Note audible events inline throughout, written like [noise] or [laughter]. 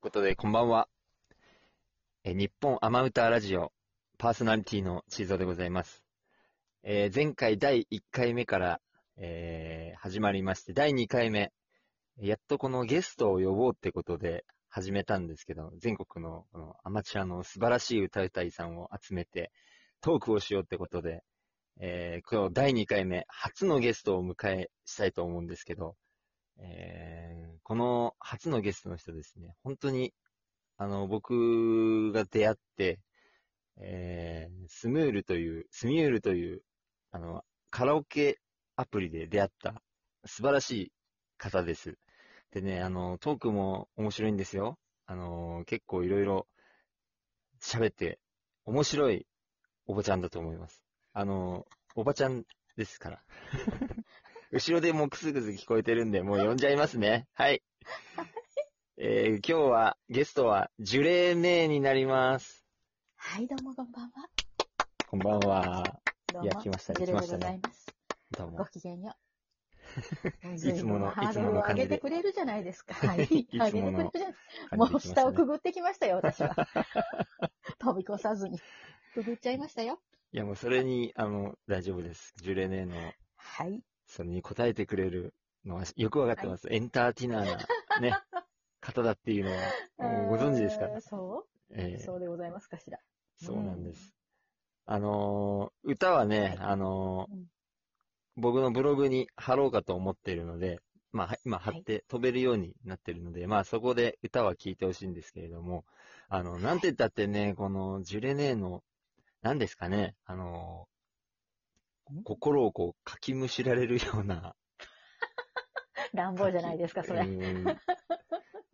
ことで、こんばんは。えー日本アマウターラジオ、パーソナリティのチーゾーでございます。えー前回第1回目から、えー始まりまして、第2回目、やっとこのゲストを呼ぼうってことで始めたんですけど、全国のこのアマチュアの素晴らしい歌うたいさんを集めて、トークをしようってことで、えー今日第2回目、初のゲストをお迎えしたいと思うんですけど、えーこの初のゲストの人ですね、本当に、あの、僕が出会って、えースムールという、スミュールという、あの、カラオケアプリで出会った素晴らしい方です。でね、あの、トークも面白いんですよ。あの、結構いろいろ喋って、面白いおばちゃんだと思います。あの、おばちゃんですから。後ろでもうくすぐす聞こえてるんで、もう呼んじゃいますね。はい。えー今日は、ゲストは、ジュレーメイになります。はい、どうもこんばんは。こんばんは。どういやも。来ましたねジュレ来でごましたねざいます。どうごも。きげんよう。 [laughs] いつもの随分ハードルいつものを上感じでげてくれるじゃな [laughs] いですか。はい。いつもの上げてくれるじゃない感もじてうきましたね下をくぐってきましたよ、私は。 [laughs] 飛び越さずに。くぐっちゃいましたよ。いや、もうそれに、あの、大丈夫です。ジュレーメイの、はい。それに応えてくれるのは、よくわかってます。エンターテイナーな、ね、方だっていうのは、もうご存知ですか [laughs] えらー。そえうーそうでございますかしら。そうなんです。あのー歌はね、あのーうん僕のブログに貼ろうかと思っているので、まあ、は今貼はいって飛べるようになってるので、まあそこで歌は聴いてほしいんですけれども、あの、なんて言ったってね、このジュレネーの、なんですかね、あのーん心をこう、かきむしられるような、乱暴じゃないですか、それ。うん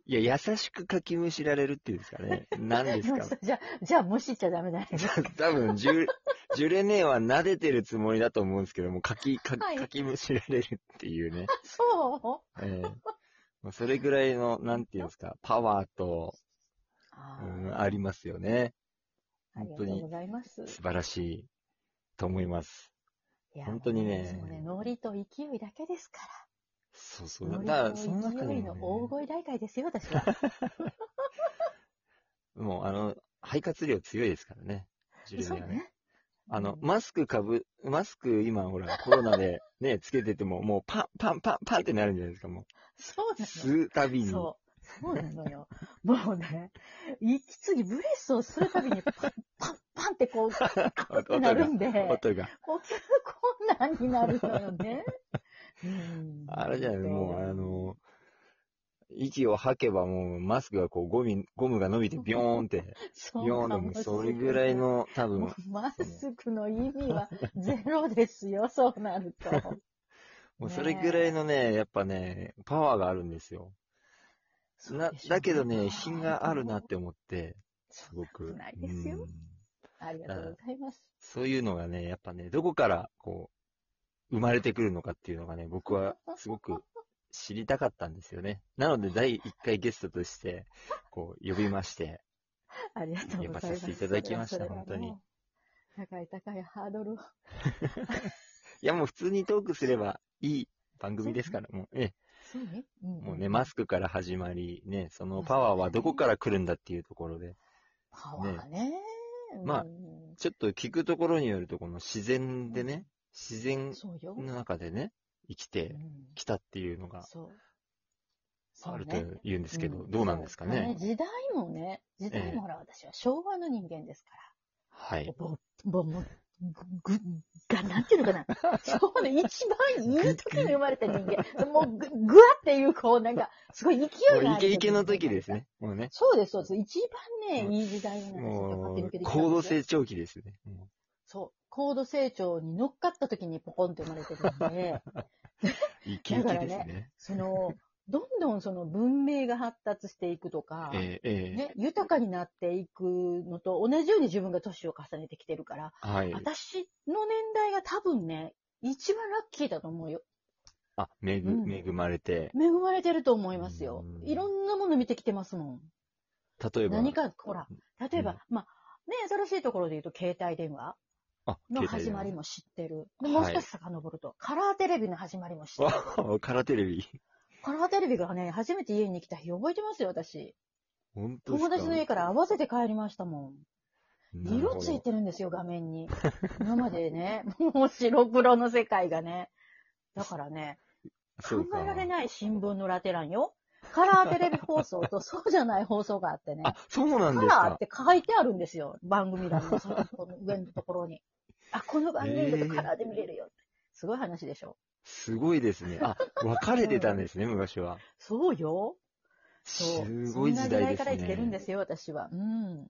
いや、優しくかきむしられるっていうんですかね。なんですか [laughs] じゃ、じゃあ無視しちゃダメだ。じゃ [laughs] 多分ジュ、ジュレネーは撫でてるつもりだと思うんですけども、かき、かはいかきむしられるっていうね。そうええまあそれぐらいの、なんていうんですか、パワーと、あうーん、ありますよね。あり本がと当うにございます。素晴らしいと思います。いや本当にねもうね、ノリと勢いだけですから。そうそう。だから、ノリとその中勢でいものね、大声大会ですよ、私は。もうあの、肺活量強いですからね。ジュレネそうーはね。ね。あの、うんマスクかぶ、マスク今ほら、コロナでね、つけてても、もうパン、パン、パン、パンってなるんじゃないですか、もそうう。なの。吸うたびに。そう。そうなのよ。もうね、息継ぎ、ブレスをするたび [laughs] に、パン、パン、パンってこう、カクってなるんで、音が。呼吸困難になるのよね。うんあれじゃない、もう、あ、の、息を吐けばもう、マスクがこう、ゴミ、ゴムが伸びて、ビョーンって、ビそうョーンかでもも、しそれぐらいの、多も分、うマスクの意味 [laughs] はゼロですよ、そうなると。もうそれぐらいのね、やっぱね、パワーがあるんですよ。な、だけどね、品があるなっ。て思って、すごそく。んなことないですようんありがとうございます。そういうのがね、やっぱね、どこから、こう、生まれてくるのかっていうのがね、僕はすごく知りたかったんですよね。なので、第1回ゲストとして、こう、呼びまして、ありがとうございます。呼ばせていただきましたそれは本当に。それはもう高い高いハードルを。いや、もう普通にトークすればいい番組ですから、もう、えそうね。え、もうね、マスクから始まり、ね、そのパワーはどこから来るんだっていうところで、パワーね。まあうんちょっと聞くところによると、この自然でね、自然そうよ。の中でね、生きうてんきたっていうのがそう。あるとそうね言うんですけど、んどうなんですかそうまあね。時代もね、時代もほら、私は昭和の人間ですかはいら。。ぼ、ぼ、もう、ぐ、ぐ、が、なんていうのかな。昭和の一番いい時に生まれた人間。 [laughs] もう、ぐ、ぐわっていう、こう、なんか、すごい勢もいうがあイる。ケイケの時です。ね。もうね。そうです、そうです。一番もうね、いい時代になもう、高高度度成成長期ですね。もそう。高度成長に乗っかった時にポコンって生まれてる [laughs] んで、うイケイケですだからね。その、どんどんその文明が発達していくとか、ええええね、豊かになっていくのと同じように自分が年を重ねてきてるから、はい。私の年代が多分ね、一番ラッキーだと思うよ。あ、めぐ、うん恵まれて、恵まれてると思いますよう。んいろんなもの見てきてますもん。例えば、何か、ほら、例えば、うんまあ、ね、新しいところで言うと携帯電話あ、の携帯始電ま話りも知ってる。はでいもう少し遡ると、カラーテレビの始まりも知ってる。わあカラーテレビ。カラーテレビがね、初めて家に来た日覚えてますよ、私。本当です友か達の家から合わせて帰りましたもん。なるほ色どついてるんですよ、画面に。今までね、 [laughs] もう白黒の世界がね。だからね、そ考うかえられない新聞のラテ欄よ。カラーテレビ放送 [laughs] とそうじゃない放送があってね。あ、そうなんカですラーっか。て書いてあるんですよ、番組欄のそのこの上のところに。あ、この番組だとカラーで見れるよって。すごい話でしょ。すごいですね。あ、分かれてたんです [laughs] ね、昔は。そうよ。すそう。ごい時代ですね。そんな時代から生きてるんですよ、私は。うん。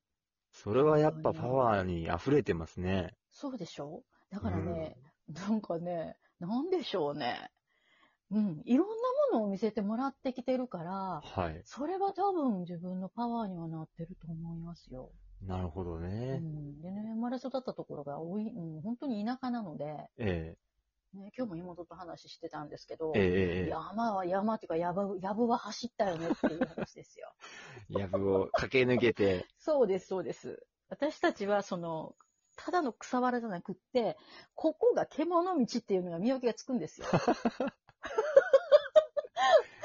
それはやっぱパワーに溢れてますね。そうでしょだからね、なんかね、なんでしょうね。うん。いろんなものを見せてもらってきてるから、はい。それは多分自分のパワーにはなってると思いますよ。なるほどうね。ん。でね、生まれ育ったところが多い、うん、本当に田舎なので、えね、今日も妹と話してたんですけど、ええええ山は山っていうか、やぶ、やぶは走ったよねっていう話ですよ。え。やぶを駆け抜け [laughs] て、そうです、そうです。私たちは、その、ただの草原じゃなくって、ここが獣道っていうのが見分けがつくんで [laughs] すよ。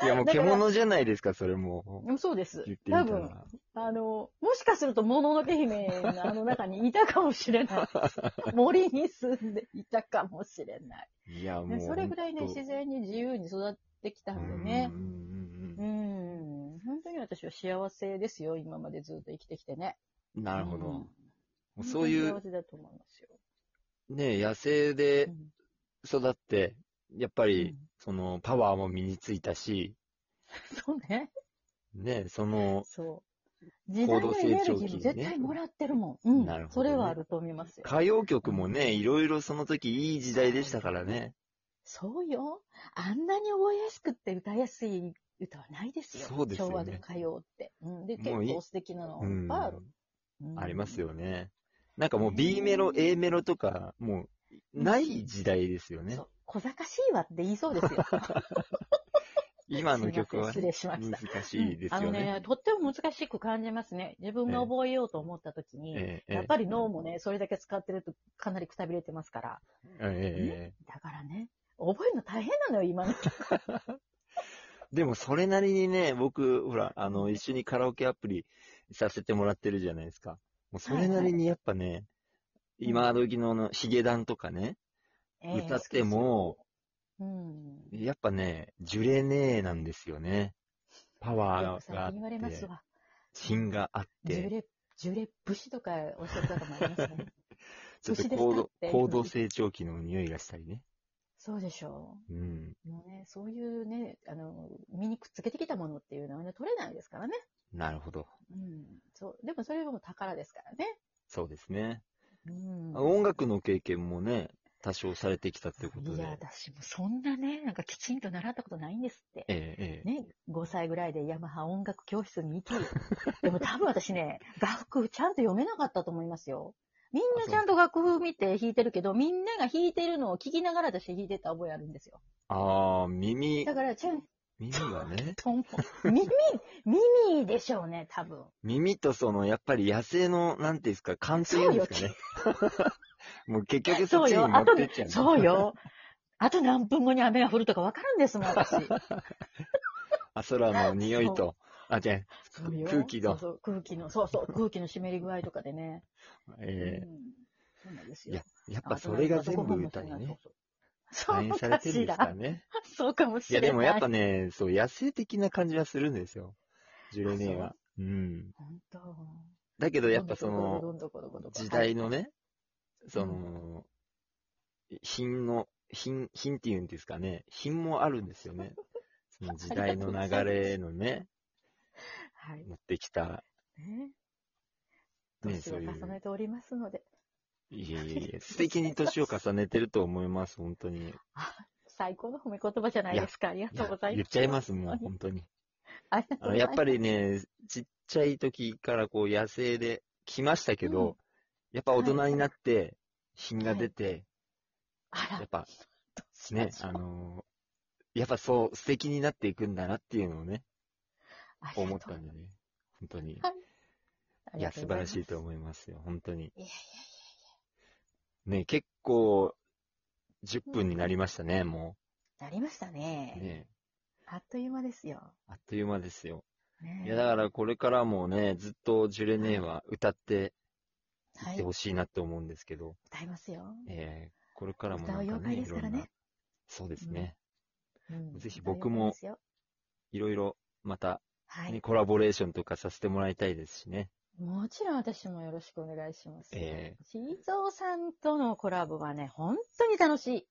いやもうだから獣じゃないですか、それもうんそうですう。言っ。てみた多分、ら。あの、もしかすると、もののけ姫のあの中にいたかもしれない。 [laughs] 森に住んでいたかもしれない。いやもねう。それぐらいね、本当自然に自由に育ってきたんでねう。んうんううんん。本当に私は幸せですよ。今までずっと生きてきてね。うんなるほうんど。そうい幸うせだと思いますよ。ね、野生でうん育って、やっぱうりん、そのパワーも身についたし、そうね。ね、その、そう。時代のエネ行ルギ動成長期にーね絶対もらってるもん。うん。なるほどねそれはあると思いますよ。歌謡曲もね、いろいろその時いい時代でしたからね。そうよ。あんなに覚えやすくって歌いやすい歌はないですよ。そうですよね昭和で歌謡って。うん。で、結もうい構素敵なのういっんぱいある。うんあります。よね。なんかもうね B メロ、A メロとか、もう、うんない時代ですよねそ。う。小賢しいわって言いそうですよ。 [laughs] 今の曲はすいね、ません失礼しました。難しいですようんあのね。ね、とっても難しく感じますね。自分が覚えようと思った時に、ええ、えやっぱり脳もね、それだけ使ってるとかなりくたびれてますから。え、ええ。だからね、覚えるの大変なのよ、今の。でもそれなりにね、僕、ほら、あの、一緒にカラオケアプリさせてもらってるじゃないですか。もうそれなりにやっぱね、い今時のあのヒゲダンとかね、ええ歌って、も、うん。やっぱね、ジュレネーなんですよね。パよワくーがあさっ、言われますて、わ。品があっジュて、レ、ジュレ節とかおっしゃる方もあり [laughs] ますね。ちょっと節ですか行動って行動成長期の匂いがしたりね。そうでしょうん。う。もうね、そういうね、あの、身にくっつけてきたものっていうのはね、取れないですからね。なるほど。うん。そう。でもそれはもう宝ですからね。そうですね。うん。音楽の経験もね、多少されてきたということいで。や、私もそんなね、なんかきちんと習ったことないんですって。ええ、ええ。ね、5歳ぐらいでヤマハ音楽教室に行き、 [laughs] でも多分私ね、楽譜ちゃんと読めなかったと思いますよ。みんなちゃんと楽譜見て弾いてるけど、みんなが弾いてるのを聞きながら私弾いてた覚えあるんですよ。ああ、耳だ、から、ちゃん耳がね。とも、耳、耳でしょうね、多分。耳とその、やっぱり野生の、なんていうんですか、勘というんですかね。 [laughs] もう結局そそっうちによ、持あっとてっちゃう、、そう。よ。あと何分後に雨が降るとかわかるんですもん、私。 [laughs] あ、空の匂いと、あ、違う、そうよ空気がそうそう空気の、そうそう、空気の湿り具合とかでね。えうんそうなんですえよ。や、やっぱそれが全部歌にね、。そ反映うされかてるんし。ですからね。そうかもしいや、れない。でもやっぱね、そう、野生的な感じはするんですよ。ジュレネーはあ。うん。本当。だけどやっぱその、どんどこどこどこどこどこ時代のはいね、その、品の、品、品っていうんですかね、品もあるんですよ [laughs] ね。その時代の流れのね、はい。持ってきた、ね。ね年をそういう重ねておりますので、いえいえいえ、素敵に年を重ねてると思います、本当に。最高の褒め言葉じゃないですか。ありがとうございます。言っちゃいます、もう、本当に。ありがとあの、うござやいっます。ぱりね、ちっちゃい時からこう野生で来ましたけど、うんやっぱ大人になって、品が出て、あらやっ、ぱどうしねま、しょあうのーやっぱそう、素敵になっていくんだなっていうのをね、ありがとう思ったんでね、本当に。はいあいりがや、と素うご晴ざいらますしいと思いますよ、本当に。いやいやいね、結構、10分になりましたね、もや、なりましたう。ね。ね、あっという間ですよ。あっという間ですよ。ねいや、だからこれからもね、ずっとジュレネーは歌ってはいってい、ほしいなって思うんですけど、歌いますよ。えーこれからも歌なはんかね、妖怪でいすろからんなね。。そうですね。うんぜひ歌は僕妖怪もですよいろいろまた、はねい。コラボレーションとかさせてもらいたいですしね。もちろん私もよろしくお願いします。えシーゾーさんとのコラボはね、本当に楽し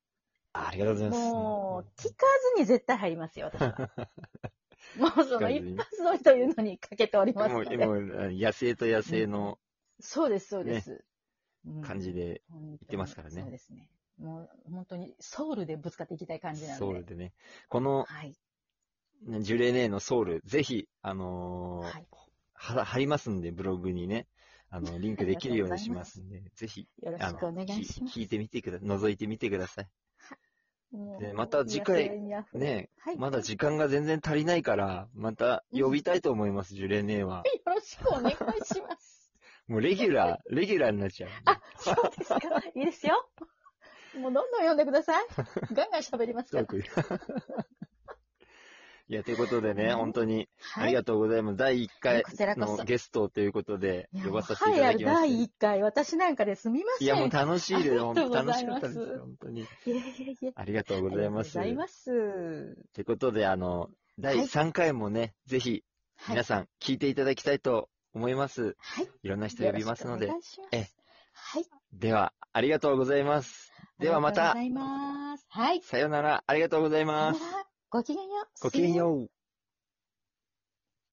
あありがとうござい。います。もう、聞かずに絶対入りますよ、[laughs] 私は。もうその聞かず一に発撮りというのにかけておりますものう、で。もう野生と野生のそうです、そうです。うん感じで、言ってますからねそうですね。もう本当にソウルでぶつかっていきたい感じなんで。ソウルでね。この、はい。ねジュレネーのソウル、ぜひ、あのーはいは貼りますんで、ブログにね。あ [laughs] の、リンクできるようにしますんで、ぜひ、よろあしくおの、願いしきます。聞いてみてくだ、覗いてみてください。もうでまた次回、野生に溢れねはい。まだ時間が全然足りないから、また呼びたいと思います、ジュレネーは。よろしくお願いします。もうレギュラー、レギュラーになっちゃう。そうですか。いいですよ。もうどんどん読んでください。ガンガン喋りますすかごら。く。いや、 [laughs] ということでね、ね本当に、あはりい。がとうございます。第1回こちらこのそ。ゲストということで、いや呼ばさせてもいうた栄えあだるきまし第て。 1回、私なんかですみません。いや、もう楽しいでありす。が本とう当ござ楽いますしかったです。本当に。いやいやいや。ありがとうごあざりがいとうごます。ざいます。ということで、あの、第はい3回もね、ぜひ、はい皆さん、聞いていただきたいと思います。はい。いろんな人呼びますのでよ。ろしくお願えいします。はい。では、ありがとうございます。ではまたありがとうございます。はい。さようなら、ありがとうございさよまなす。らごきげんよう。ごきげんよう。